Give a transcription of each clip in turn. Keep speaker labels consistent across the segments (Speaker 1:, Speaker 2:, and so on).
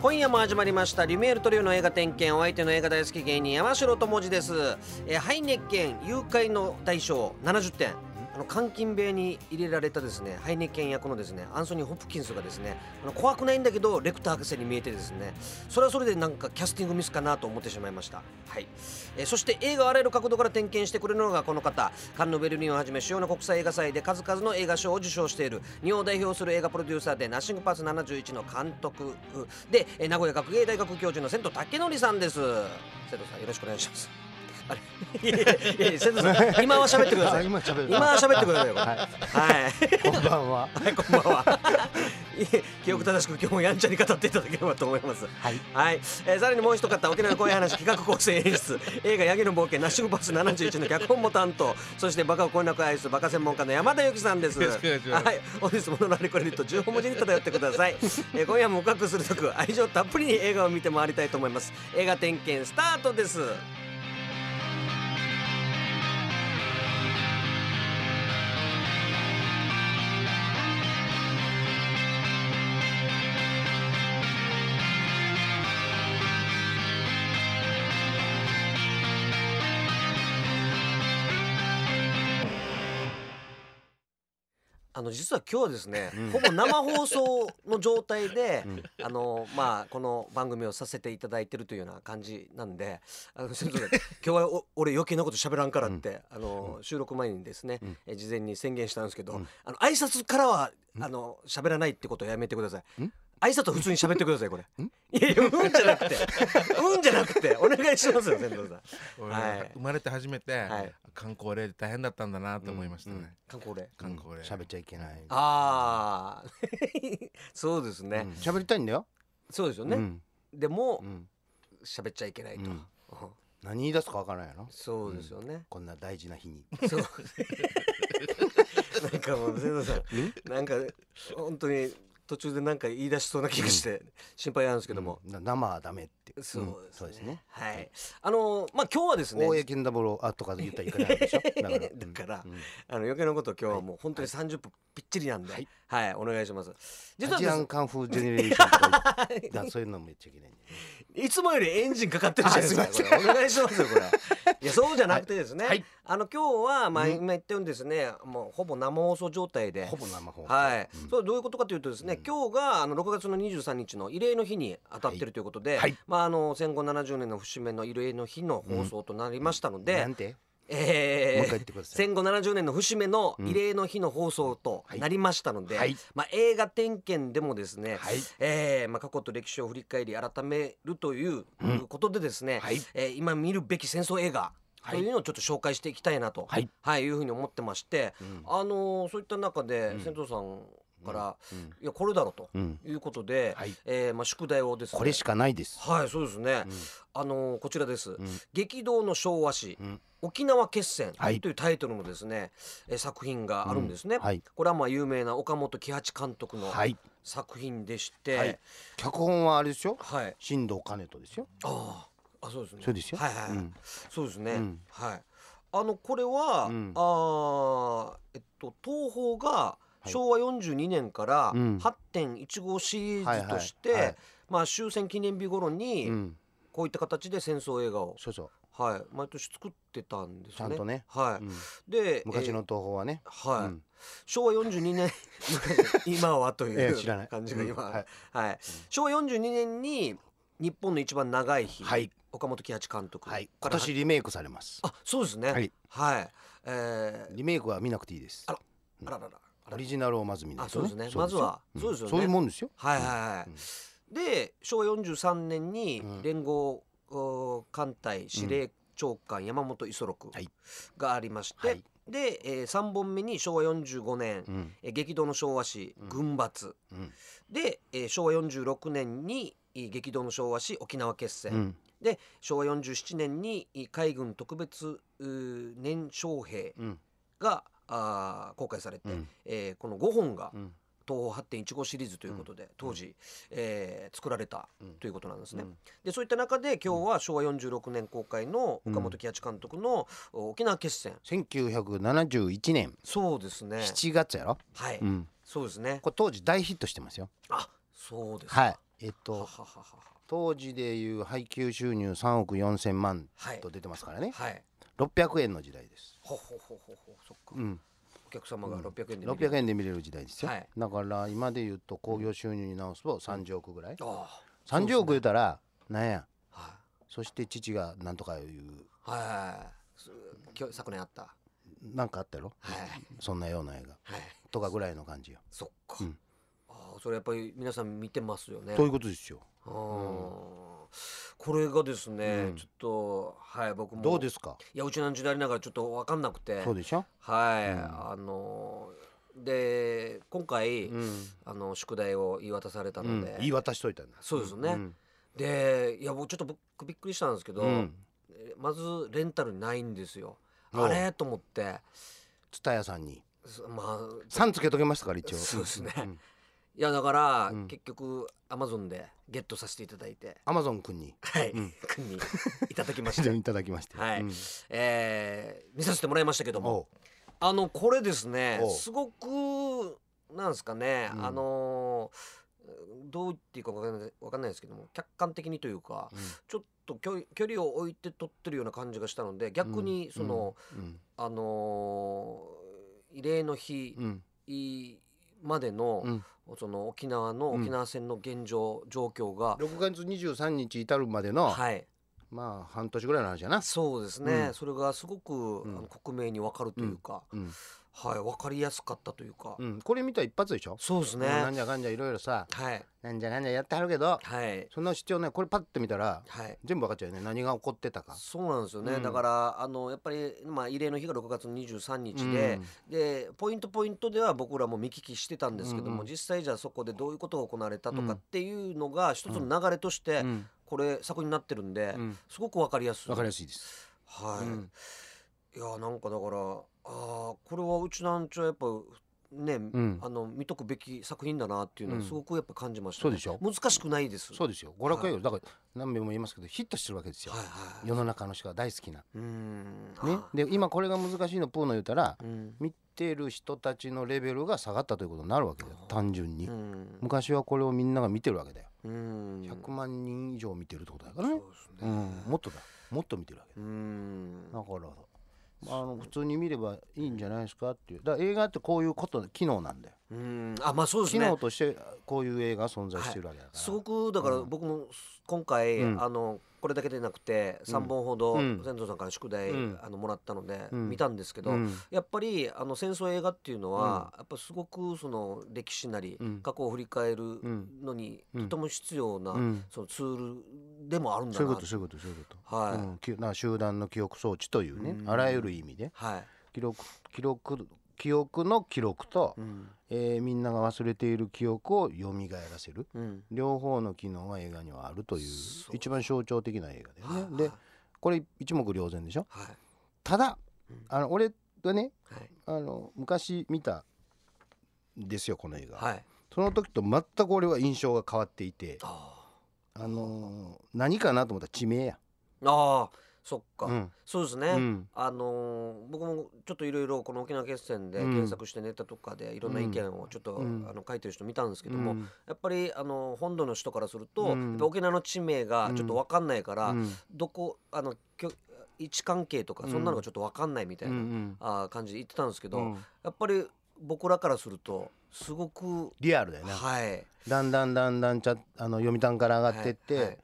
Speaker 1: 今夜も始まりましたリュメールトリオの映画点検お相手の映画大好き芸人山城智次です、えー、ハイネッケン誘拐の大賞70点あの監禁部屋に入れられたですねハイネッケン役のですねアンソニー・ホプキンスがですねあの怖くないんだけどレクター博士に見えてですねそれはそれでなんかキャスティングミスかなと思ってしまいました、はいえーそして映画をあらゆる角度から点検してくれるのがこの方カンヌ・ベルリンをはじめ主要な国際映画祭で数々の映画賞を受賞している日本を代表する映画プロデューサーでナッシングパーツ71の監督でえー名古屋学芸大学教授の千と武則さんです千とさんよろしくお願いしますあれ いやいやいや千とさん今は喋ってください
Speaker 2: 今喋る
Speaker 1: 今は喋ってくださいよ
Speaker 2: は
Speaker 1: はい
Speaker 2: いこんばんは
Speaker 1: はい、こんばんは。 いえ記憶正しく今日もやんちゃに語っていただければと思います。
Speaker 2: はい
Speaker 1: はい、えーさらにもう一方、沖縄の怖い話企画構成演出、 映画ヤギの冒険、ナッシュバス71の脚本も担当、そしてバカをこよなく愛すバカ専門家の山田由紀さんです。
Speaker 3: よろしくお願いします
Speaker 1: はい、本日もののあれこれにと15文字に漂ってください。 えー今夜も深く鋭く愛情たっぷりに映画を見て回りたいと思います。映画点検スタートです。あの実は今日はですね、ほぼ生放送の状態 で、あのまあこの番組をさせていただいてるというような感じなんで、あの先生今日はお俺余計なこと喋らんからって、あの、収録前にですね、え事前に宣言したんですけど、あの挨拶からはあの喋らないってことをやめてください。挨拶普通に喋ってくださいこれ。いやいやうんじゃなくて、うんじゃなくてお願いしますよ先生さん。
Speaker 3: 俺
Speaker 1: は
Speaker 3: はい生。まれて初めて、
Speaker 1: はい
Speaker 3: 観光令で大変だったんだなと思いましたね、
Speaker 1: 観光で。
Speaker 3: 観光令、
Speaker 2: 喋っちゃいけない
Speaker 1: ああ、 そうですね。
Speaker 2: うん喋りたいんだよ
Speaker 1: そうですよ
Speaker 2: う
Speaker 1: ね。
Speaker 2: ん
Speaker 1: でも
Speaker 2: うん
Speaker 1: 喋っちゃいけないと、
Speaker 2: うん
Speaker 1: うん
Speaker 2: 何言い出すかわからないの
Speaker 1: そうですよね、
Speaker 2: こんな大事な日に
Speaker 1: そう なんかもう瀬戸さんなんか本当に途中でなんか言い出しそうな気がして心配なんですけども、
Speaker 2: うんな生はダメってい
Speaker 1: そ
Speaker 2: ん
Speaker 1: うです
Speaker 2: そう
Speaker 1: ね,、
Speaker 2: ですね
Speaker 1: はいあのまあ今日はですね
Speaker 2: 大江健三郎あとか言ったらいかない でしょだから
Speaker 1: だから
Speaker 2: うんうん
Speaker 1: あの余計なことを今日はもう本当に30分ぴっちりなんでは
Speaker 2: はいい、
Speaker 1: お願いします実
Speaker 2: ア
Speaker 1: は
Speaker 2: ジ
Speaker 1: で
Speaker 2: ア
Speaker 1: す
Speaker 2: ンカンフージェネレーションと か言ってだそういうのも言っちゃいけないんだよね
Speaker 1: いつもよりエンジンかかってるじゃないですか。
Speaker 2: あすいま
Speaker 1: これお願いしますよ、これ。いや、そうじゃなくてですね。
Speaker 2: はい
Speaker 1: あの、今日は、まあ、今言ったようにですね、もうほぼ生放送状態で。
Speaker 2: ほぼ生放送
Speaker 1: はい、それどういうことかというとですね、今日があの6月の23日の慰霊の日に当たってるということで、
Speaker 2: はい
Speaker 1: まああの戦後70年の節目の慰霊の日の放送となりましたので、
Speaker 2: なんて
Speaker 1: えー
Speaker 2: もう一回言ってください
Speaker 1: 戦後70年の節目の慰霊の日の放送となりましたので、
Speaker 2: うんはい
Speaker 1: まあ、映画点検でもですね、
Speaker 2: はい
Speaker 1: えーまあ、過去と歴史を振り返り改めるということでですね、
Speaker 2: はい
Speaker 1: えー今見るべき戦争映画というのをちょっと紹介していきたいなと、
Speaker 2: はい
Speaker 1: い、うふうに思ってまして、あのーそういった中で仙頭さんから、いやこれだろうと
Speaker 2: うん
Speaker 1: いうことで、
Speaker 2: はい
Speaker 1: えーまあ、宿題をですね
Speaker 2: これしかないです
Speaker 1: はい、そうですね。あのーこちらです。激動の昭和史、沖縄決戦
Speaker 2: はい
Speaker 1: というタイトルのですね、えー作品があるんですね。
Speaker 2: うんはい
Speaker 1: これはまあ有名な岡本喜八監督の
Speaker 2: はい
Speaker 1: 作品でして、は
Speaker 2: はいい、脚本はあれでしょ
Speaker 1: はい
Speaker 2: 新藤兼人ですよ
Speaker 1: ああ、あ、そうですね。
Speaker 2: そうですよ
Speaker 1: はいはい、はい
Speaker 2: うん
Speaker 1: そうですね。
Speaker 2: うん
Speaker 1: はい。あのこれは、
Speaker 2: うん
Speaker 1: ああ、えっと東宝が
Speaker 2: い
Speaker 1: 昭和42年から
Speaker 2: うん
Speaker 1: 8.15シリーズとして、
Speaker 2: はいはいはい
Speaker 1: まあ終戦記念日頃に、
Speaker 2: うん
Speaker 1: こういった形で戦争映画を、
Speaker 2: そうそう
Speaker 1: はい、毎年作ってたんですね。
Speaker 2: ちゃんとね
Speaker 1: はい。
Speaker 2: うん
Speaker 1: で、
Speaker 2: 昔の東宝はね
Speaker 1: えーはい、
Speaker 2: うん
Speaker 1: 昭和42年 今はとい
Speaker 2: ええ
Speaker 1: う
Speaker 2: 知らない
Speaker 1: 感じが今、
Speaker 2: うん
Speaker 1: は
Speaker 2: はいい、
Speaker 1: 昭和42年に日本の一番長い日、
Speaker 2: はい
Speaker 1: 岡本喜八監督、
Speaker 2: はい今年リメイクされます
Speaker 1: あそうですねは
Speaker 2: はいい、
Speaker 1: えー
Speaker 2: リメイクは見なくていいです
Speaker 1: あらあらららあ
Speaker 2: オ
Speaker 1: ら
Speaker 2: リジナルをまず見ない
Speaker 1: あ
Speaker 2: と
Speaker 1: そうですねまずはそうですよね、
Speaker 2: そういうもんですよ
Speaker 1: はいはいはい、で昭和43年に連合、お艦隊司令長官山本五十六
Speaker 2: はい
Speaker 1: がありまして、
Speaker 2: はい
Speaker 1: で、え3本目に昭和45年、
Speaker 2: うん
Speaker 1: えー激動の昭和史軍閥、
Speaker 2: うん
Speaker 1: で、えー昭和46年にえー激動の昭和史沖縄決戦、
Speaker 2: うん
Speaker 1: で昭和47年にえー海軍特別うー年少兵
Speaker 2: うん
Speaker 1: が、あー公開されて、
Speaker 2: うん
Speaker 1: えーこの5本が、
Speaker 2: うん
Speaker 1: 東宝8.15シリーズということで、当時、えー作られた
Speaker 2: うん
Speaker 1: ということなんですね、
Speaker 2: うん
Speaker 1: でそういった中で今日は昭和46年公開の岡本喜八監督の「お沖縄決戦
Speaker 2: 1971年」
Speaker 1: そうですね
Speaker 2: 7月やろ、
Speaker 1: はい、
Speaker 2: うん、
Speaker 1: そうですね
Speaker 2: これ当時大ヒットしてますよ
Speaker 1: あそうですか
Speaker 2: はいえっ
Speaker 1: はは
Speaker 2: と
Speaker 1: はは
Speaker 2: 当時でいう配給収入3億4千万
Speaker 1: はい
Speaker 2: と出てますからね
Speaker 1: はい
Speaker 2: 600円の時代です、
Speaker 1: ほほほほほそっか、
Speaker 2: うん、
Speaker 1: お客様が600円で見れる
Speaker 2: 600円で見れる時代ですよ、
Speaker 1: はい
Speaker 2: だから今で言うと興行収入に直すと30億ぐらい、
Speaker 1: あ
Speaker 2: 30億言うたらなんや
Speaker 1: あはい
Speaker 2: そして父がなんとかいう
Speaker 1: はいはいはいす今日昨年あった
Speaker 2: なんかあったやろ
Speaker 1: はい
Speaker 2: そんなような映画
Speaker 1: はい
Speaker 2: とかぐらいの感じよ、
Speaker 1: そっか、
Speaker 2: うん
Speaker 1: ああそれやっぱり皆さん見てますよね
Speaker 2: ということですよ
Speaker 1: あーこれがですね、
Speaker 2: うん
Speaker 1: ちょっとはい僕も
Speaker 2: どうですすか
Speaker 1: いやうちの時代ながらちょっと分かんなくて
Speaker 2: そうでしょ、
Speaker 1: はい、
Speaker 2: うん
Speaker 1: あのーで今回、
Speaker 2: うん
Speaker 1: あの宿題を言い渡された
Speaker 2: う
Speaker 1: の
Speaker 2: ん
Speaker 1: で、
Speaker 2: 言い渡しといたんだ
Speaker 1: そうですね
Speaker 2: ん
Speaker 1: でいや僕ちょっと僕びっくりしたんですけど、
Speaker 2: うん
Speaker 1: えまずレンタルにないんですよ
Speaker 2: おう
Speaker 1: あれと思って
Speaker 2: 蔦屋さんに
Speaker 1: すまあ
Speaker 2: 「さん」つけとけましたから一応
Speaker 1: そうですね
Speaker 2: ん
Speaker 1: いやだから、
Speaker 2: うん
Speaker 1: 結局アマゾンでゲットさせていただいて
Speaker 2: アマゾン 君に
Speaker 1: はい、
Speaker 2: うん
Speaker 1: 君にいただきまし
Speaker 2: 一
Speaker 1: て
Speaker 2: 緒にいただきまして
Speaker 1: はい
Speaker 2: うん
Speaker 1: えー見させてもらいましたけど
Speaker 2: お
Speaker 1: も
Speaker 2: う
Speaker 1: あのこれですね
Speaker 2: おう
Speaker 1: すごくなんですかね、
Speaker 2: うん
Speaker 1: あのーどう言っていいかわかんないわかんないですけども客観的にというか
Speaker 2: うん
Speaker 1: ちょっと距離距離を置いて撮ってるような感じがしたので逆にその、
Speaker 2: うん
Speaker 1: あのー慰霊の日
Speaker 2: うん
Speaker 1: までの、
Speaker 2: うん
Speaker 1: その沖縄の
Speaker 2: うん
Speaker 1: 沖縄戦の現状、状況が、
Speaker 2: 6月23日至るまでの
Speaker 1: はい
Speaker 2: まあ半年ぐらいの話やな
Speaker 1: そうですね、
Speaker 2: うん
Speaker 1: それがすごく、
Speaker 2: うん
Speaker 1: あの克明に分かるというか、
Speaker 2: うん
Speaker 1: はい分かりやすかったというか、
Speaker 2: うんこれ見たら一発でしょ
Speaker 1: そうですね、
Speaker 2: なんじゃかんじゃいろいろさ
Speaker 1: はい
Speaker 2: なんじゃかんじゃやってはるけど
Speaker 1: はい
Speaker 2: そんな必要ないこれパッと見たら
Speaker 1: はい
Speaker 2: 全部分かっちゃうよね何が起こってたか
Speaker 1: そうなんですよね、
Speaker 2: うん
Speaker 1: だからあのやっぱり、まあ、慰霊の日が6月23日で、でポイントポイントでは僕らも見聞きしてたんですけども、
Speaker 2: うんうん
Speaker 1: 実際じゃあそこでどういうことが行われたと
Speaker 2: うん
Speaker 1: かっていうのが一つの流れとして、
Speaker 2: うん
Speaker 1: これ作品になってるんで、
Speaker 2: うん
Speaker 1: すごく分かりやすい。
Speaker 2: 分かりやすいです
Speaker 1: はい、
Speaker 2: うん
Speaker 1: いやなんかだからああこれはうちなんちはやっぱね、
Speaker 2: ん
Speaker 1: あの見とくべき作品だなっていうの
Speaker 2: う
Speaker 1: は
Speaker 2: ん
Speaker 1: すごくやっぱ感じました、
Speaker 2: そうでしょ
Speaker 1: 難しくないです
Speaker 2: そううですよ娯楽映画だから何遍も言いますけどヒットしてるわけですよ
Speaker 1: はいはい
Speaker 2: 世の中の人が大好きな
Speaker 1: うーん
Speaker 2: ね
Speaker 1: あ
Speaker 2: で今これが難しいのプーの言うたら
Speaker 1: うん
Speaker 2: 見てる人たちのレベルが下がったということになるわけだよ単純に
Speaker 1: うん
Speaker 2: 昔はこれをみんなが見てるわけだよ
Speaker 1: うん
Speaker 2: 100万人以上見てるってことだから
Speaker 1: そう
Speaker 2: ね
Speaker 1: です
Speaker 2: う
Speaker 1: ね
Speaker 2: んもっとだもっと見てるわけだ
Speaker 1: うん
Speaker 2: だからあの普通に見ればいいんじゃないですかっていうだから映画ってこういうこと機能なんだよ
Speaker 1: うんあまあそうです
Speaker 2: 機
Speaker 1: ね
Speaker 2: 能としてこういう映画が存在してるわけだから
Speaker 1: すごくだから
Speaker 2: うん
Speaker 1: 僕も今回、
Speaker 2: うん
Speaker 1: あのこれだけでなくて3本ほど
Speaker 2: うん
Speaker 1: 先祖さんから宿題、
Speaker 2: うん
Speaker 1: あのもらったので、
Speaker 2: うん
Speaker 1: 見たんですけど、
Speaker 2: うん
Speaker 1: やっぱりあの戦争映画っていうのは、やっぱすごくその歴史なり、
Speaker 2: うん
Speaker 1: 過去を振り返る
Speaker 2: ん
Speaker 1: のに
Speaker 2: うん
Speaker 1: とても必要な、
Speaker 2: うん
Speaker 1: そのツールでもあるんだ
Speaker 2: そう
Speaker 1: な
Speaker 2: いうことそういうことそういうこと
Speaker 1: はい、
Speaker 2: うんきな集団の記憶装置というね
Speaker 1: うん
Speaker 2: あらゆる意味で
Speaker 1: はい、
Speaker 2: 記録記録記憶の記録と、
Speaker 1: うん
Speaker 2: えーみんなが忘れている記憶を蘇らせる
Speaker 1: うん、
Speaker 2: 両方の機能は映画にはあるという
Speaker 1: そう
Speaker 2: 一番象徴的な映画だよ
Speaker 1: はい
Speaker 2: ね。でこれ一目瞭然でしょ
Speaker 1: はい
Speaker 2: ただ
Speaker 1: うん
Speaker 2: あの俺がね
Speaker 1: はい
Speaker 2: あの昔見たんですよこの映画、
Speaker 1: はい
Speaker 2: その時と全く俺は印象が変わっていて、
Speaker 1: あ
Speaker 2: あのー何かなと思ったら地名や。
Speaker 1: ーあーそっか、
Speaker 2: うん
Speaker 1: そうですね、
Speaker 2: うん
Speaker 1: あのー僕もちょっといろいろこの沖縄決戦で
Speaker 2: うん
Speaker 1: 検索してネタとかでいろんな意見をちょっと、
Speaker 2: うん
Speaker 1: あの書いてる人見たんですけども、
Speaker 2: うん
Speaker 1: やっぱりあの本土の人からすると、
Speaker 2: うん
Speaker 1: やっぱ沖縄の地名がちょっと分かんないから、
Speaker 2: うん
Speaker 1: どこあのきょ位置関係とか
Speaker 2: うん
Speaker 1: そんなのがちょっと分かんないみたい
Speaker 2: うんう
Speaker 1: なんあー感じで言ってたんですけど、
Speaker 2: うん
Speaker 1: やっぱり僕らからするとすごく
Speaker 2: リアルだよね、
Speaker 1: はい
Speaker 2: だんだんだんだんちゃあの読谷から上がってって、
Speaker 1: はいはい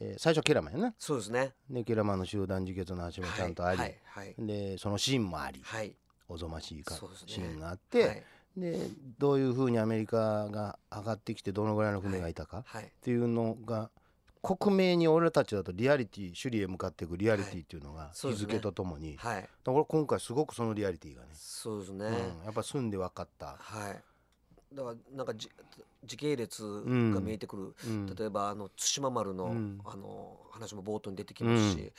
Speaker 2: えー最初はケラマンやな
Speaker 1: そうですね。
Speaker 2: でケラマンの集団自決の話もちゃんとあり、
Speaker 1: はいはい
Speaker 2: でそのシーンもあり、
Speaker 1: はい
Speaker 2: おぞましいか
Speaker 1: そうですね
Speaker 2: シーンがあっ
Speaker 1: は
Speaker 2: て、
Speaker 1: い
Speaker 2: でどういうふうにアメリカが上がってきてどのぐらいの船がいたかっ
Speaker 1: はい
Speaker 2: ていうのが克明に俺たちだとリアリティ首里へ向かっていくリアリティっていうのが
Speaker 1: そう
Speaker 2: 日
Speaker 1: ですね
Speaker 2: 付とともに、だか
Speaker 1: はい
Speaker 2: ら俺今回すごくそのリアリティがね、
Speaker 1: そうですね。
Speaker 2: うん、やっぱ住んで分かった、
Speaker 1: はい。だからなんかじ時系列が見えてくる。
Speaker 2: うん
Speaker 1: 例えばあの対馬丸の、
Speaker 2: うん
Speaker 1: あの話も冒頭に出てきますし、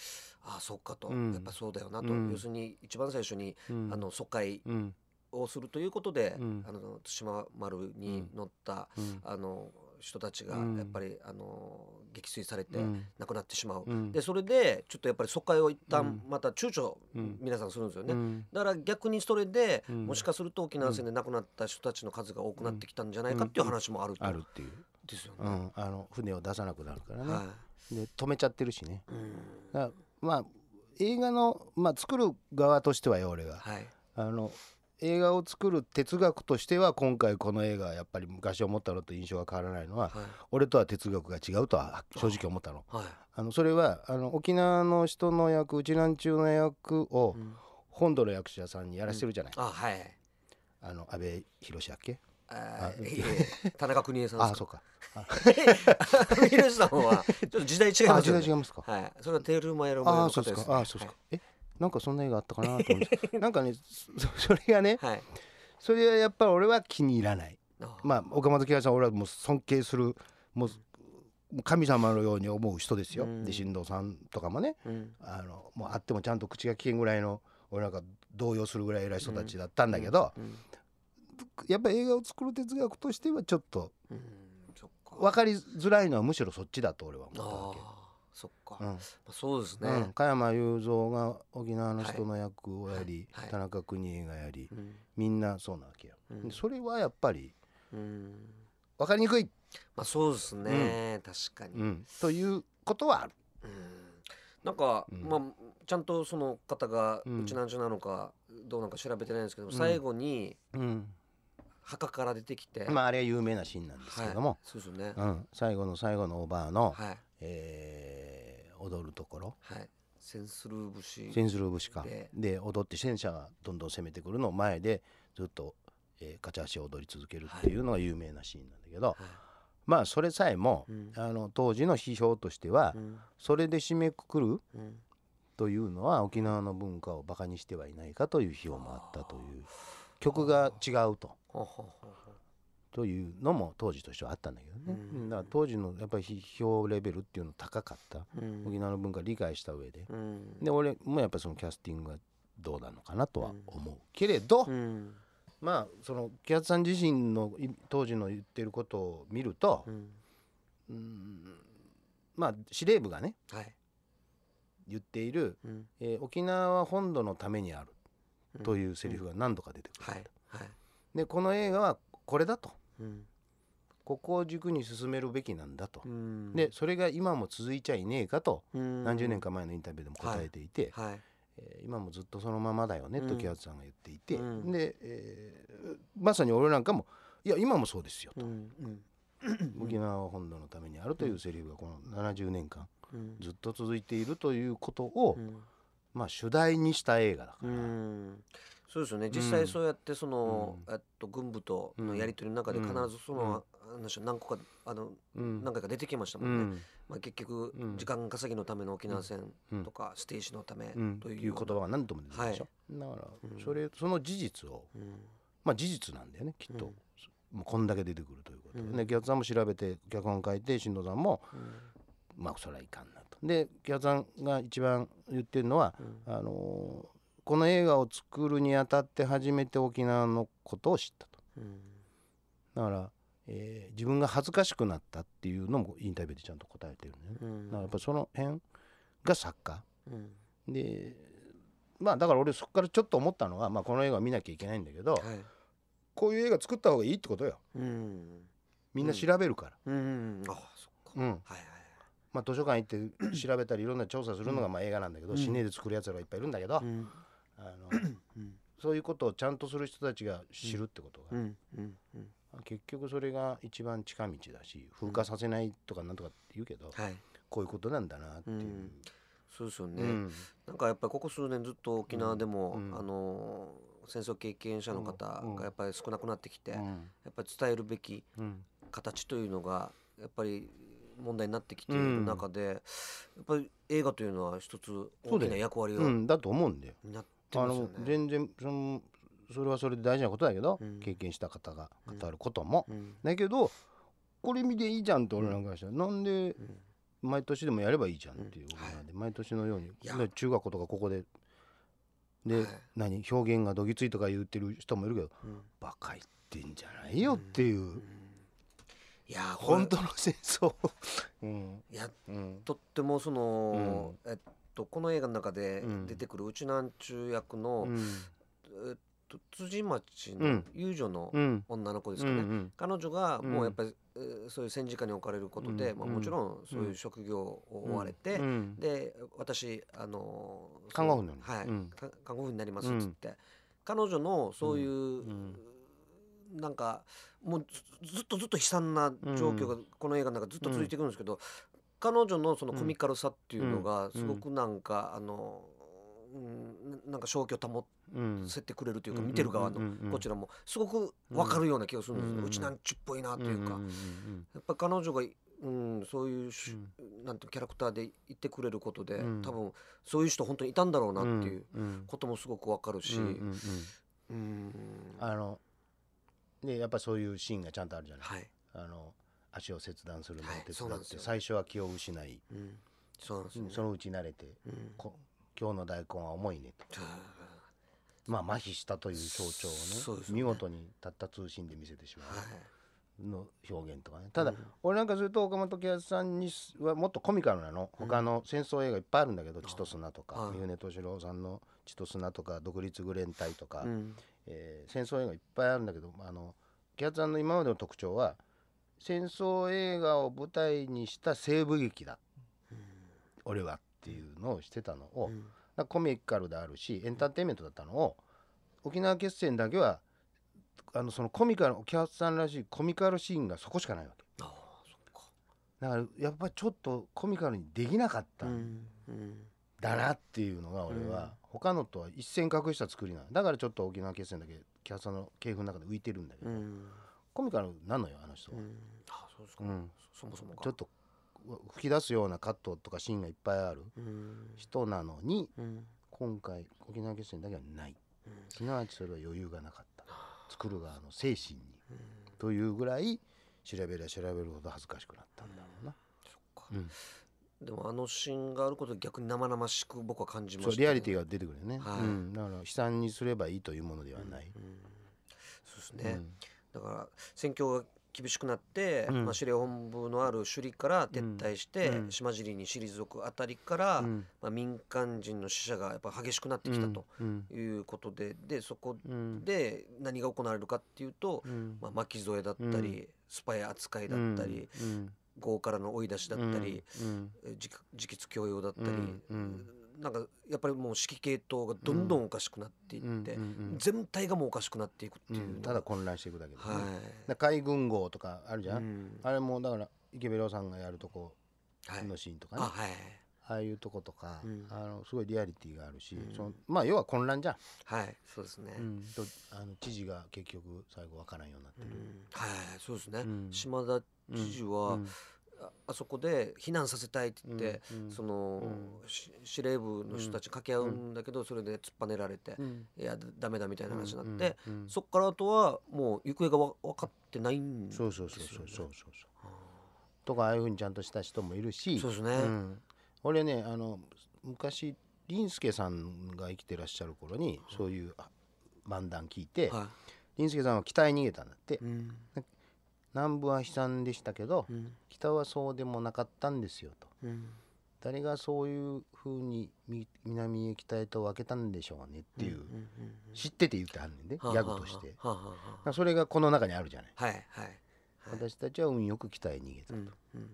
Speaker 1: ああそっかと、
Speaker 2: うん
Speaker 1: やっぱそうだよなと、
Speaker 2: うん
Speaker 1: 要するに一番最初に、
Speaker 2: うん
Speaker 1: あの疎開
Speaker 2: うん
Speaker 1: をするということで、
Speaker 2: うん
Speaker 1: あの対馬丸に乗った、
Speaker 2: うん
Speaker 1: あの人たちが
Speaker 2: うん
Speaker 1: やっぱり、あの撃墜されて
Speaker 2: うん
Speaker 1: 亡くなってしまう、
Speaker 2: うん
Speaker 1: でそれでちょっとやっぱり疎開を一旦
Speaker 2: う
Speaker 1: また躊躇、
Speaker 2: うん
Speaker 1: 皆さんするんですよね。
Speaker 2: うん
Speaker 1: だから逆にそれで、
Speaker 2: うん
Speaker 1: もしかすると沖縄戦で亡くなった人たちの数が多くなってきたんじゃないかっていう話もあると
Speaker 2: あるっていう、
Speaker 1: ですよね。
Speaker 2: うん、あの船を出さなくなるからね、
Speaker 1: は
Speaker 2: で止めちゃってるしね
Speaker 1: い、うん
Speaker 2: だからまあ映画の、まあ、作る側としてはよ俺が
Speaker 1: はい
Speaker 2: あの映画を作る哲学としては今回この映画はやっぱり昔思ったのと印象が変わらないのは
Speaker 1: はい
Speaker 2: 俺とは哲学が違うとは正直思ったの
Speaker 1: はい
Speaker 2: あのそれはあの沖縄の人の役うちなんちゅうの役を
Speaker 1: うん
Speaker 2: 本土の役者さんにやらせてるじゃない、
Speaker 1: あはい
Speaker 2: あの安倍博士だっけ
Speaker 1: あ
Speaker 2: あ
Speaker 1: いえいえ田中邦衛さん
Speaker 2: あ
Speaker 1: で
Speaker 2: そ
Speaker 1: す
Speaker 2: うか
Speaker 1: か。 ひろしさんはちょっと時代違い
Speaker 2: あ
Speaker 1: ます
Speaker 2: 違
Speaker 1: よ
Speaker 2: う
Speaker 1: ね。
Speaker 2: 違いますか
Speaker 1: はい、それはテールマエロマエロ
Speaker 2: あ
Speaker 1: の
Speaker 2: あそ
Speaker 1: 方で、
Speaker 2: うですす
Speaker 1: ね。
Speaker 2: かあそうですかえなんかそんな映画あったかなと思ってなんかねそ それがね
Speaker 1: はい。はい。
Speaker 2: それはやっぱり俺は気に入らない
Speaker 1: あ
Speaker 2: まあ岡本喜和さん俺はもう尊敬するもうもう神様のように思う人ですよ、
Speaker 1: うん
Speaker 2: で進藤さんとかもね
Speaker 1: うん
Speaker 2: あのもうあってもちゃんと口が利けんぐらいの俺なんか動揺するぐらい偉い人たちだったんだけど、
Speaker 1: うん
Speaker 2: やっぱり映画を作る哲学としてはちょっと
Speaker 1: うん、そっか。
Speaker 2: 分かりづらいのはむしろそっちだと俺は思
Speaker 1: あ
Speaker 2: ったわ
Speaker 1: あ、そっか。
Speaker 2: け。
Speaker 1: ま
Speaker 2: うん
Speaker 1: あ、そうですね。
Speaker 2: うん、加山雄三が沖縄の人の役をやり、
Speaker 1: はいはい
Speaker 2: 田中邦衛がやり
Speaker 1: うん
Speaker 2: みんなそうなわけよ、
Speaker 1: うん
Speaker 2: それはやっぱり
Speaker 1: うん
Speaker 2: 分かりにくい、
Speaker 1: まあ、そうですね、確かに。う
Speaker 2: うんん、ということはある、
Speaker 1: なんか、
Speaker 2: うん
Speaker 1: まあちゃんとその方が
Speaker 2: うん
Speaker 1: うちなんちゅなのかどうなんか調べてないんですけども、
Speaker 2: うん
Speaker 1: 最後に
Speaker 2: うん
Speaker 1: 墓から出てきて、
Speaker 2: まあ、あれは有名なシーンなんですけども、
Speaker 1: そうですよね、
Speaker 2: うん、最後の最後のおばあの、
Speaker 1: はい
Speaker 2: えー踊るところ
Speaker 1: はいセンスルー節
Speaker 2: 千鶴節か
Speaker 1: で
Speaker 2: で踊って戦車がどんどん攻めてくるのを前でずっと、えー、勝ち足を踊り続けるっていうのが有名なシーンなんだけど、
Speaker 1: はい
Speaker 2: まあそれさえも、
Speaker 1: うん
Speaker 2: あの当時の批評としては、
Speaker 1: うん
Speaker 2: それで締めくくる
Speaker 1: うん
Speaker 2: というのは沖縄の文化をバカにしてはいないかという批評もあったという曲が違うと。
Speaker 1: ほうほうほうほう
Speaker 2: というのも当時としてはあったんだけどね、
Speaker 1: うん
Speaker 2: だから当時のやっぱり批評レベルっていうの高かった、
Speaker 1: うん
Speaker 2: 沖縄の文化理解した上で、
Speaker 1: うん
Speaker 2: で俺もやっぱりそのキャスティングがどうなのかなとは思うけれど、
Speaker 1: うん
Speaker 2: まあその木津さん自身のい当時の言ってることを見ると、
Speaker 1: うん
Speaker 2: うんまあ司令部がね
Speaker 1: はい
Speaker 2: 言っている、
Speaker 1: うん
Speaker 2: えー沖縄は本土のためにある
Speaker 1: うん
Speaker 2: というセリフが何度か出てくる、
Speaker 1: はいはい
Speaker 2: でこの映画はこれだと
Speaker 1: うん
Speaker 2: ここを軸に進めるべきなんだと、
Speaker 1: うん
Speaker 2: でそれが今も続いちゃいねえかと、
Speaker 1: うん
Speaker 2: 何十年か前のインタビューでも答えていて、
Speaker 1: はい
Speaker 2: えー今もずっとそのままだよね
Speaker 1: うん
Speaker 2: と木内さんが言っていて、
Speaker 1: うん
Speaker 2: で、えーまさに俺なんかも「いや今もそうですよ」
Speaker 1: う
Speaker 2: と
Speaker 1: んうん
Speaker 2: 「沖縄は本土のためにある」というセリフがこの70年間
Speaker 1: うん
Speaker 2: ずっと続いているということを、
Speaker 1: うん
Speaker 2: まあ主題にした映画だか
Speaker 1: う
Speaker 2: ら、
Speaker 1: んそうですよね
Speaker 2: ん
Speaker 1: 実際そうやってその、
Speaker 2: う
Speaker 1: えっと軍部とのやり取りの中で
Speaker 2: うん
Speaker 1: 必ずその、話は何個かあの
Speaker 2: うん
Speaker 1: 何回か出てきましたも
Speaker 2: うん
Speaker 1: ね、
Speaker 2: ん
Speaker 1: まあ、結局、
Speaker 2: うん
Speaker 1: 時間稼ぎのための沖縄戦とか、ステージのため
Speaker 2: うん
Speaker 1: と
Speaker 2: と
Speaker 1: いう
Speaker 2: いう言
Speaker 1: ような
Speaker 2: 葉が何度も出てくるでしょ、だか
Speaker 1: うん
Speaker 2: らそれその事実を
Speaker 1: うん
Speaker 2: まあ事実なんだよねきっと、
Speaker 1: うん
Speaker 2: もうこんだけ出てくるということ、
Speaker 1: うん
Speaker 2: で木内さんも調べて脚本書いて進藤さんも
Speaker 1: うん
Speaker 2: まあそれはいかんなと。で木屋さんが一番言ってるのは、
Speaker 1: うん
Speaker 2: あのーこの映画を作るにあたって初めて沖縄のことを知ったと。
Speaker 1: うん
Speaker 2: だから、えー自分が恥ずかしくなったっていうのもインタビューでちゃんと答えてるんだよね。
Speaker 1: うん
Speaker 2: だからやっぱその辺が作家
Speaker 1: うん
Speaker 2: でまあだから俺そこからちょっと思ったのは、まあ、この映画を見なきゃいけないんだけど、
Speaker 1: はい
Speaker 2: こういう映画作った方がいいってことよ
Speaker 1: うん
Speaker 2: みんな調べるから。
Speaker 1: うんあそっか、
Speaker 2: うん
Speaker 1: はいはい
Speaker 2: まあ、図書館行って調べたりいろんな調査するのがまあ映画なんだけど、
Speaker 1: うん
Speaker 2: 死ねで作るやつらがいっぱいいるんだけど、
Speaker 1: はいうん
Speaker 2: あの
Speaker 1: うん
Speaker 2: そういうことをちゃんとする人たちが知るってことが、
Speaker 1: うんうんうん
Speaker 2: 結局それが一番近道だし風化させないとかなんとかって言うけど、
Speaker 1: はい
Speaker 2: こういうことなんだなっていう。
Speaker 1: うんそうですよ
Speaker 2: う
Speaker 1: ね、
Speaker 2: ん
Speaker 1: なんかやっぱりここ数年ずっと沖縄でも、
Speaker 2: うんうん
Speaker 1: あのー戦争経験者の方
Speaker 2: うんう
Speaker 1: が
Speaker 2: ん
Speaker 1: やっぱり少なくなってきて、
Speaker 2: う
Speaker 1: や
Speaker 2: ん
Speaker 1: っぱり伝えるべき
Speaker 2: うん
Speaker 1: 形というのがやっぱり問題になってきている中で、やっぱり映画というのは一つ
Speaker 2: そう
Speaker 1: 大
Speaker 2: だ
Speaker 1: き
Speaker 2: よ
Speaker 1: な役割を
Speaker 2: うんだと思うんだよ。
Speaker 1: 担って
Speaker 2: あ
Speaker 1: ますよ
Speaker 2: の
Speaker 1: ね。
Speaker 2: 全然そのそれはそれで大事なことだけど、
Speaker 1: うん
Speaker 2: 経験した方が語ることも、
Speaker 1: うん
Speaker 2: だけどこれ見ていいじゃんって俺なんかしたら、なんで
Speaker 1: うん
Speaker 2: 毎年でもやればいいじゃんっていう
Speaker 1: うん
Speaker 2: 沖縄で、毎年のように
Speaker 1: いや
Speaker 2: ね中学校とかここでで、
Speaker 1: はい
Speaker 2: 何表現がどぎついとか言ってる人もいるけど、
Speaker 1: ん
Speaker 2: バカ言ってんじゃないよっていう、
Speaker 1: いやーこれ
Speaker 2: 本当の戦争、うん
Speaker 1: いや
Speaker 2: うん、
Speaker 1: とってもその、えっとこの映画の中で
Speaker 2: うん
Speaker 1: 出てくるうちなんちゅう役の、
Speaker 2: うん
Speaker 1: えっと辻町
Speaker 2: う
Speaker 1: の
Speaker 2: ん
Speaker 1: 遊女の
Speaker 2: うん
Speaker 1: 女の子です
Speaker 2: う
Speaker 1: かね、
Speaker 2: ん
Speaker 1: 彼女が
Speaker 2: うん
Speaker 1: もうやっぱり、えーそういう戦時下に置かれることで、
Speaker 2: うん
Speaker 1: まあ、
Speaker 2: うん
Speaker 1: もちろんそういう職業を追われて、
Speaker 2: うん
Speaker 1: で私あのー
Speaker 2: 看護婦なの
Speaker 1: はい、
Speaker 2: うん
Speaker 1: か看護婦になりますっつって、彼女のそういう、
Speaker 2: ん
Speaker 1: なんかもうずずっとずっと悲惨な状況がこの映画の中ずっと続いていくんですけど、彼女のそのコミカルさっていうのがすごくなんか、あのうんなんか正気を保
Speaker 2: うん
Speaker 1: たせてくれるというか、見てる側のこち
Speaker 2: ら
Speaker 1: らもすごく分かるような気がするんですよ、
Speaker 2: う
Speaker 1: うんちなんちゅっぽいなというか、
Speaker 2: んん
Speaker 1: やっぱり彼女が、うん、そういうし、
Speaker 2: うん
Speaker 1: なんていうキャラクターで言ってくれることで、
Speaker 2: うん
Speaker 1: 多分そういう人本当にいたんだろうなっていう
Speaker 2: うん
Speaker 1: こともすごく分かるし、
Speaker 2: うんうんうんうん
Speaker 1: うん
Speaker 2: あのでやっぱそういうシーンがちゃんとあるじゃない、
Speaker 1: はい、
Speaker 2: あの足を切断するのを
Speaker 1: はい
Speaker 2: 手
Speaker 1: そうな
Speaker 2: 伝
Speaker 1: ん
Speaker 2: っ
Speaker 1: です
Speaker 2: て
Speaker 1: よ
Speaker 2: 最初は気を失い、
Speaker 1: うん、そうなんです
Speaker 2: う
Speaker 1: よ
Speaker 2: ん
Speaker 1: ね。
Speaker 2: そのうち慣れて
Speaker 1: うん
Speaker 2: こ今日の大根は重いねとまあ麻痺したという象徴をね
Speaker 1: そうですよね
Speaker 2: 見事にたった通信で見せてしま
Speaker 1: は
Speaker 2: うの表現とかねただ、
Speaker 1: うん
Speaker 2: 俺なんかすると岡本圭さんにすはもっとコミカルなの
Speaker 1: うん
Speaker 2: 他の戦争映画いっぱいあるんだけど「血と砂」と
Speaker 1: は
Speaker 2: か
Speaker 1: い
Speaker 2: 三船敏郎さんの「血と砂」とか「独立愚連隊」とか、
Speaker 1: い、うん
Speaker 2: えー戦争映画いっぱいあるんだけどあのキャッツさんの今までの特徴は戦争映画を舞台にした西部劇だ俺はっていうのをしてたのを、
Speaker 1: うん
Speaker 2: なんかコミカルであるしエンターテインメントだったのを沖縄決戦だけはあのそのコミカルキャッツさんらしいコミカルシーンがそこしかないわけ
Speaker 1: ああそっか、
Speaker 2: だからやっぱちょっとコミカルにできなかった
Speaker 1: うんんうん
Speaker 2: だなっていうのが俺は、
Speaker 1: うん
Speaker 2: 他のとは一線隠した作りなのだからちょっと沖縄決戦だけキャッツさんの系譜の中で浮いてるんだけど。
Speaker 1: うん
Speaker 2: コミカルなのよあの人は、
Speaker 1: うんあそうですか、
Speaker 2: うん
Speaker 1: そそもそもか
Speaker 2: ちょっと吹き出すようなカットとかシーンがいっぱいある
Speaker 1: うん
Speaker 2: 人なのに
Speaker 1: うん
Speaker 2: 今回沖縄決戦だけはない
Speaker 1: うん
Speaker 2: すなわちそれは余裕がなかった作る側の精神にというぐらい調べりゃ調べるほど恥ずかしくなったんだろうな、
Speaker 1: そっか、
Speaker 2: うん
Speaker 1: でもあのシーンがあることで逆に生々しく僕は感じまし
Speaker 2: そう
Speaker 1: た
Speaker 2: リアリティ
Speaker 1: が
Speaker 2: が出てくるよね、
Speaker 1: はい
Speaker 2: うん、だから悲惨にすればいいというものではない、
Speaker 1: そうですね、だから戦況が厳しくなって、
Speaker 2: うん
Speaker 1: まあ、司令本部のある首里から撤退して、
Speaker 2: うん
Speaker 1: 島尻に退くあたりから、
Speaker 2: うん
Speaker 1: まあ、民間人の死者がやっぱ激しくなってきたと
Speaker 2: うん
Speaker 1: いうことで,、でそこ
Speaker 2: うん
Speaker 1: で何が行われるかっていうと、
Speaker 2: うん
Speaker 1: まあ、巻き添えだったり、スパイ扱いだったり、
Speaker 2: うん
Speaker 1: 豪からの追い出しだったり、
Speaker 2: うん
Speaker 1: え自自決強要だったり、
Speaker 2: うんうん
Speaker 1: なんかやっぱりもう指揮系統がどんどんおかしくなっていって、
Speaker 2: うんうんうん
Speaker 1: 全体がもうおかしくなっていくって
Speaker 2: う
Speaker 1: いうのが、
Speaker 2: んただ混乱していくだけだね
Speaker 1: は
Speaker 2: だから海軍号とかある
Speaker 1: い、
Speaker 2: じゃん、
Speaker 1: うん
Speaker 2: あれもだから池部亮さんがやるとこ
Speaker 1: はい
Speaker 2: のシーンとかね、
Speaker 1: あはい
Speaker 2: ああいうとことか、
Speaker 1: うん
Speaker 2: あのすごいリアリティがあるし、
Speaker 1: うん
Speaker 2: そのまあ要は混乱じゃん、
Speaker 1: はいそうですね、
Speaker 2: とあの知事が結局最後わからんようになってる、
Speaker 1: はいそうですね、
Speaker 2: うん
Speaker 1: 島田知事は、
Speaker 2: うん
Speaker 1: ああそこで避難させたいって言って、
Speaker 2: うんうん
Speaker 1: その、し司令部の人たち掛け合うんだけど、それで突っぱねられて、
Speaker 2: うん
Speaker 1: いやダメだみたいな話になって、
Speaker 2: うんうん
Speaker 1: そっからあとはもう行方がわ分かってないんです
Speaker 2: そ
Speaker 1: よ、
Speaker 2: う
Speaker 1: ね、
Speaker 2: そうそうそうそうそうそうとかああいうふうにちゃんとした人もいるし
Speaker 1: そうですね、
Speaker 2: うん、俺ねあの昔林助さんが生きてらっしゃる頃にそういうあ漫談聞いて、
Speaker 1: は
Speaker 2: 林助さんは北へ逃げたんだって
Speaker 1: い、うん
Speaker 2: 南部は悲惨でしたけど、
Speaker 1: うん
Speaker 2: 北はそうでもなかったんですよと
Speaker 1: うん
Speaker 2: 誰がそういう風にみ南へ北へと分けたんでしょうねっていう、
Speaker 1: うんうんうん
Speaker 2: 知ってて言ってはんねんで、
Speaker 1: はあ
Speaker 2: ギャグとして、
Speaker 1: はあはあは
Speaker 2: だか
Speaker 1: あ
Speaker 2: らそれがこの中にあるじゃない、
Speaker 1: はいはいはい
Speaker 2: 私たちは運よく北へ逃げた
Speaker 1: うんうん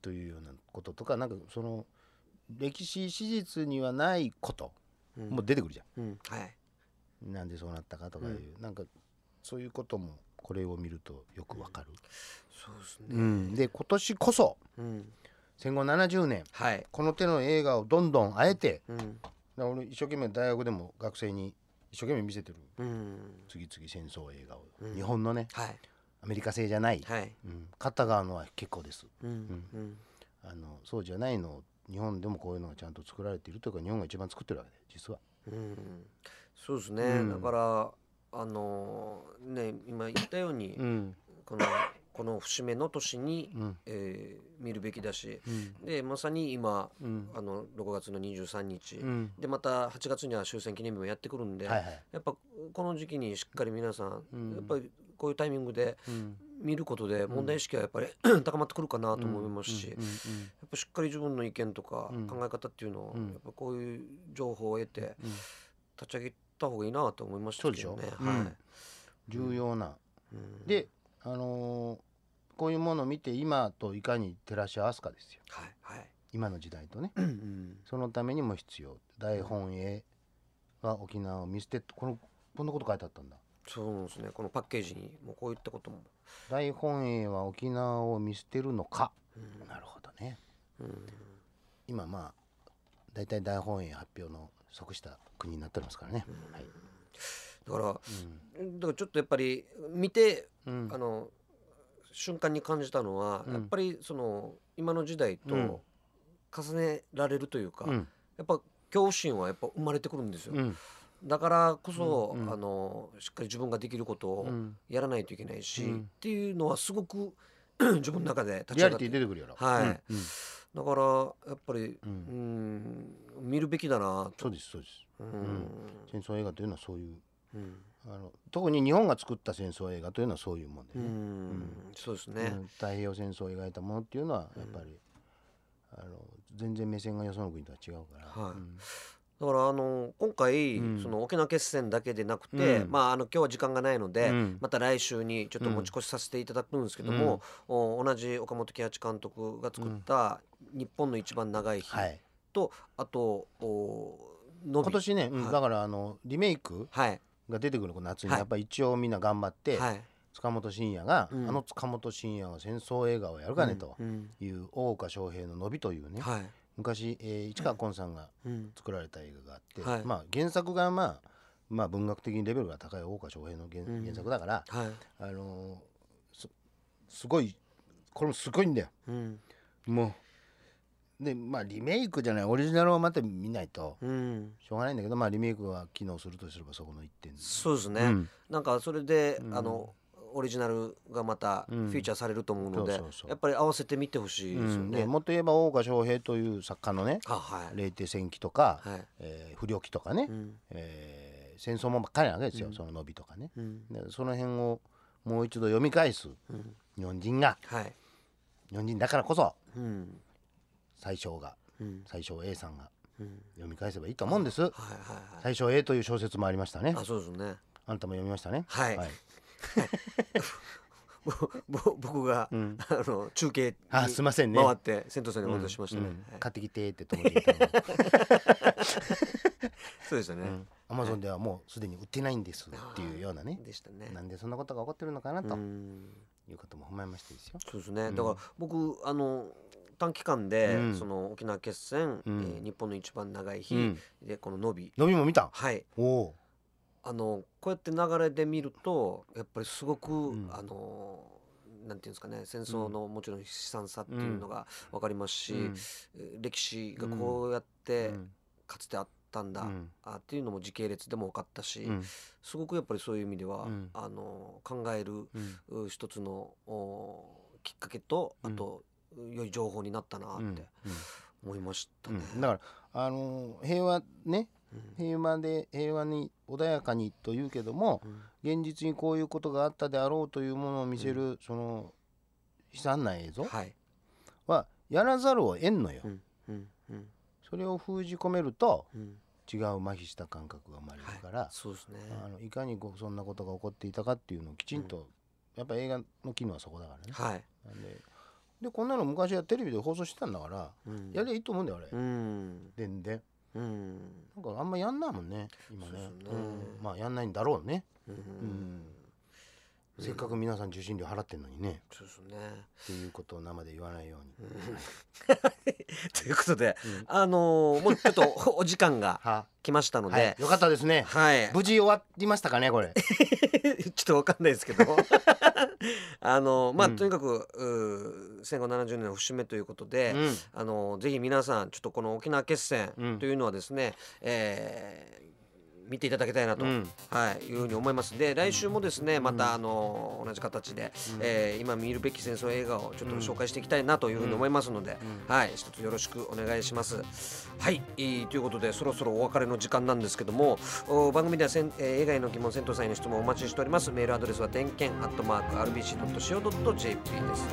Speaker 2: というようなこととかなんかその歴史史実にはないこと
Speaker 1: うん
Speaker 2: も出てくるじゃ
Speaker 1: うんはい
Speaker 2: ん、なんでそうなったかとかいう、なんかそういうこともこれを見るとよくわかる、
Speaker 1: そうです
Speaker 2: う
Speaker 1: ね
Speaker 2: んで今年こそ
Speaker 1: うん
Speaker 2: 戦後70年
Speaker 1: はい
Speaker 2: この手の映画をどんどんあえて
Speaker 1: うん
Speaker 2: だから俺一生懸命大学でも学生に一生懸命見せてる
Speaker 1: うん
Speaker 2: 次々戦争映画を、
Speaker 1: うん
Speaker 2: 日本のね
Speaker 1: はい
Speaker 2: アメリカ製じゃない、
Speaker 1: はい
Speaker 2: うん、片側のは結構です
Speaker 1: うんうん
Speaker 2: あのそうじゃないのを日本でもこういうのがちゃんと作られているというか日本が一番作ってるわけで実は、
Speaker 1: うんそうですね、
Speaker 2: うん
Speaker 1: だからあのーね今言ったように、
Speaker 2: ん
Speaker 1: このこの節目の年に、
Speaker 2: うん
Speaker 1: えー見るべきだし
Speaker 2: うん
Speaker 1: でまさに今
Speaker 2: うん
Speaker 1: あの6月の23日、
Speaker 2: うん
Speaker 1: でまた8月には終戦記念日もやってくるんで、
Speaker 2: はいはい
Speaker 1: やっぱこの時期にしっかり皆さん、
Speaker 2: うん
Speaker 1: やっぱりこういうタイミングで
Speaker 2: うん
Speaker 1: 見ることで問題意識はやっぱり、 高まってくるかなと思いますし、
Speaker 2: うん
Speaker 1: やっぱしっかり自分の意見とか
Speaker 2: うん
Speaker 1: 考え方っていうのを、
Speaker 2: うん
Speaker 1: やっぱこういう情報を得て
Speaker 2: うんうん
Speaker 1: 立ち上げた方がいいなと思いましたけどね。
Speaker 2: そうでしょ
Speaker 1: はい
Speaker 2: うん重要な
Speaker 1: うん
Speaker 2: であのーこういうものを見て今といかに照らし合わすかですよ
Speaker 1: はい はい
Speaker 2: 今の時代とね
Speaker 1: うん
Speaker 2: そのためにも必要大本営は沖縄を見捨てこのこんなこと書いてあったんだ
Speaker 1: そうですねこのパッケージにもうこういったことも、
Speaker 2: 大本営は沖縄を見捨てるのか
Speaker 1: うん
Speaker 2: なるほどね
Speaker 1: うん
Speaker 2: 今まあ大体大本営発表の即した国になっておりますからね、はい
Speaker 1: だから
Speaker 2: うん
Speaker 1: だからちょっとやっぱり見て
Speaker 2: うん
Speaker 1: あの瞬間に感じたのは、
Speaker 2: うん
Speaker 1: やっぱりその今の時代
Speaker 2: うん
Speaker 1: と重ねられるというか、
Speaker 2: うん
Speaker 1: やっぱ恐怖心はやっぱ生まれてくるんですよ、
Speaker 2: うん
Speaker 1: だからこそ、
Speaker 2: うんうん
Speaker 1: あのしっかり自分ができること
Speaker 2: う
Speaker 1: を
Speaker 2: ん
Speaker 1: やらないといけないし、
Speaker 2: うん
Speaker 1: っていうのはすごく 自分の中で立ち
Speaker 2: リア
Speaker 1: 上が
Speaker 2: リ
Speaker 1: って
Speaker 2: ティ出てくるやろ
Speaker 1: はい
Speaker 2: うんうん
Speaker 1: だからやっぱり
Speaker 2: う
Speaker 1: うんん見るべきだな
Speaker 2: そ
Speaker 1: と
Speaker 2: うですそうです
Speaker 1: う
Speaker 2: 戦争映画というのはそういう
Speaker 1: うん
Speaker 2: あの特に日本が作った戦争映画というのはそういうもんで
Speaker 1: う
Speaker 2: ね、
Speaker 1: んそうですね、
Speaker 2: うん太平洋戦争を描いたものっていうのは
Speaker 1: うん
Speaker 2: やっぱり、あの全然目線がよその国とは違うから、
Speaker 1: はい
Speaker 2: うん
Speaker 1: だからあの今回、
Speaker 2: うん
Speaker 1: その沖縄決戦だけでなくて、
Speaker 2: うん
Speaker 1: まああの今日は時間がないので、
Speaker 2: うん
Speaker 1: また来週にちょっと持ち越しさせていただくんですけども、お同じ岡本喜八監督が作った「日本の一番長い日」
Speaker 2: はい、
Speaker 1: とあとおのび
Speaker 2: 今年ね、うん
Speaker 1: はい
Speaker 2: だからあのリメイク
Speaker 1: はい
Speaker 2: が出てくるこの夏に
Speaker 1: はい
Speaker 2: やっぱり一応みんな頑張って、
Speaker 1: はい
Speaker 2: 塚本慎也が、
Speaker 1: うん
Speaker 2: あの塚本慎也は戦争映画をやるかねと
Speaker 1: うん
Speaker 2: いう大岡翔平の「伸び」という
Speaker 1: うん
Speaker 2: ね、
Speaker 1: はい
Speaker 2: 昔、えー市川崑さんが
Speaker 1: うん
Speaker 2: 作られた映画があって、
Speaker 1: はい
Speaker 2: まあ、原作が、まあ、まあ文学的にレベルが高い大岡翔平の原,、
Speaker 1: うん
Speaker 2: 原作だから、
Speaker 1: はい
Speaker 2: あのーすすごいこれもすごいんだよ
Speaker 1: うん
Speaker 2: もうでまあリメイクじゃないオリジナルをまた見ないと
Speaker 1: うん
Speaker 2: しょうがないんだけどまあリメイクは機能するとすればそこの一点
Speaker 1: そうですね、
Speaker 2: うん
Speaker 1: なんかそれで、
Speaker 2: うん
Speaker 1: あのオリジナルがまたフ
Speaker 2: うん
Speaker 1: ィーチャーされると思うので、
Speaker 2: そうそうそう
Speaker 1: やっぱり合わせてみてほしいですよ
Speaker 2: うん
Speaker 1: ね。
Speaker 2: でもっと言えば大岡翔平という作家のね
Speaker 1: あはい
Speaker 2: 冷帝戦記とか、
Speaker 1: はい
Speaker 2: えー不良記とかね、
Speaker 1: うん
Speaker 2: えー戦争もばっかりなわけですよ、
Speaker 1: うん
Speaker 2: その伸びとかね
Speaker 1: うん
Speaker 2: でその辺をもう一度読み返す
Speaker 1: うん
Speaker 2: 日本人が
Speaker 1: はい
Speaker 2: 日本人だからこそ
Speaker 1: うん
Speaker 2: 最小が
Speaker 1: うん
Speaker 2: 最小 A さんが
Speaker 1: うん
Speaker 2: 読み返せばいいと思うんです
Speaker 1: はいはいはい
Speaker 2: 最小 A という小説もありましたね
Speaker 1: あそうですね
Speaker 2: あんたも読みましたね
Speaker 1: はい、
Speaker 2: はい
Speaker 1: ぼぼ僕が、
Speaker 2: ん
Speaker 1: あの中継に
Speaker 2: あすいませんね
Speaker 1: 回って銭湯さんにお渡ししましたね、
Speaker 2: うん
Speaker 1: はい
Speaker 2: 買ってきてって友達が言っ たの
Speaker 1: そうでしたね、
Speaker 2: うんアマゾンではもうすでに売ってないんですっていうようなね
Speaker 1: でしたね
Speaker 2: なんでそんなことが起こってるのかな
Speaker 1: う
Speaker 2: と
Speaker 1: ん
Speaker 2: いうことも踏まえましてですよ
Speaker 1: そうですね、
Speaker 2: うん
Speaker 1: だから僕あの短期間で、
Speaker 2: うん
Speaker 1: その沖縄決戦、
Speaker 2: うん
Speaker 1: えー日本の一番長い日、
Speaker 2: うん
Speaker 1: でこの伸び
Speaker 2: 飲みも見た
Speaker 1: はい
Speaker 2: おお
Speaker 1: あのこうやって流れで見るとやっぱりすごく、
Speaker 2: ん
Speaker 1: あのなんていうんですかね戦争のもちろん悲惨さっていうのが分かりますし、
Speaker 2: うん
Speaker 1: え歴史がこうやって
Speaker 2: うん
Speaker 1: かつてあったんだ、
Speaker 2: うん
Speaker 1: あっていうのも時系列でも分かったし、
Speaker 2: うん
Speaker 1: すごくやっぱりそういう意味では、
Speaker 2: うん
Speaker 1: あの考える
Speaker 2: うん
Speaker 1: う一つのおきっかけとあ
Speaker 2: うん
Speaker 1: と、良い情報になったな
Speaker 2: う
Speaker 1: っ
Speaker 2: ん
Speaker 1: て思いました
Speaker 2: う
Speaker 1: ね。
Speaker 2: んだからあのー平和ね
Speaker 1: うん
Speaker 2: 平和で平和に穏やかにというけども現実にこういうことがあったであろうというものを見せるその悲惨な映
Speaker 1: うん
Speaker 2: 像
Speaker 1: はい、
Speaker 2: はやらざるを得んのよ
Speaker 1: うんうんうん
Speaker 2: それを封じ込めると
Speaker 1: うん、
Speaker 2: 違う麻痺した感覚が生まれるから、
Speaker 1: そうですね。
Speaker 2: あのいかにこうそんなことが起こっていたかっていうのをきちんと、やっぱ映画の機能はそこだからね。
Speaker 1: はい、
Speaker 2: なんででこんなの昔はテレビで放送してたんだから、
Speaker 1: うん
Speaker 2: やりゃいいと思うんだよあれ。
Speaker 1: うん
Speaker 2: 全然
Speaker 1: うん
Speaker 2: なんかあんまやんないもんね今ね
Speaker 1: そうですね
Speaker 2: うんまあやんないんだろうね、
Speaker 1: う
Speaker 2: うんんせっかく皆さん受信料払ってんのにね
Speaker 1: そうですね。
Speaker 2: っていうことを生で言わないように、
Speaker 1: ということで、
Speaker 2: うん
Speaker 1: あのーもうちょっと お時間が
Speaker 2: は
Speaker 1: 来ましたの
Speaker 2: は
Speaker 1: で
Speaker 2: い、よかったですね
Speaker 1: はい、
Speaker 2: 無事終わりましたかねこ れ
Speaker 1: ちょっとわかんないですけどあのーまあ、
Speaker 2: うん
Speaker 1: とにかくうー戦後70年の節目ということで、
Speaker 2: うん
Speaker 1: あのーぜひ皆さんちょっとこの沖縄決戦
Speaker 2: うん
Speaker 1: というのはですね、えー見ていただきたいなと、
Speaker 2: うん
Speaker 1: はい、いうふうに思いますで来週もですねまたあの同じ形で、えー今見るべき戦争映画をちょっと紹介していきたいなというふうに思いますので、はい一つよろしくお願いします。はい、えーということでそろそろお別れの時間なんですけどもお番組ではせん、えー映画への疑問戦闘さんへの質問をお待ちしておりますメールアドレスは点検 RBC.CO.JP です。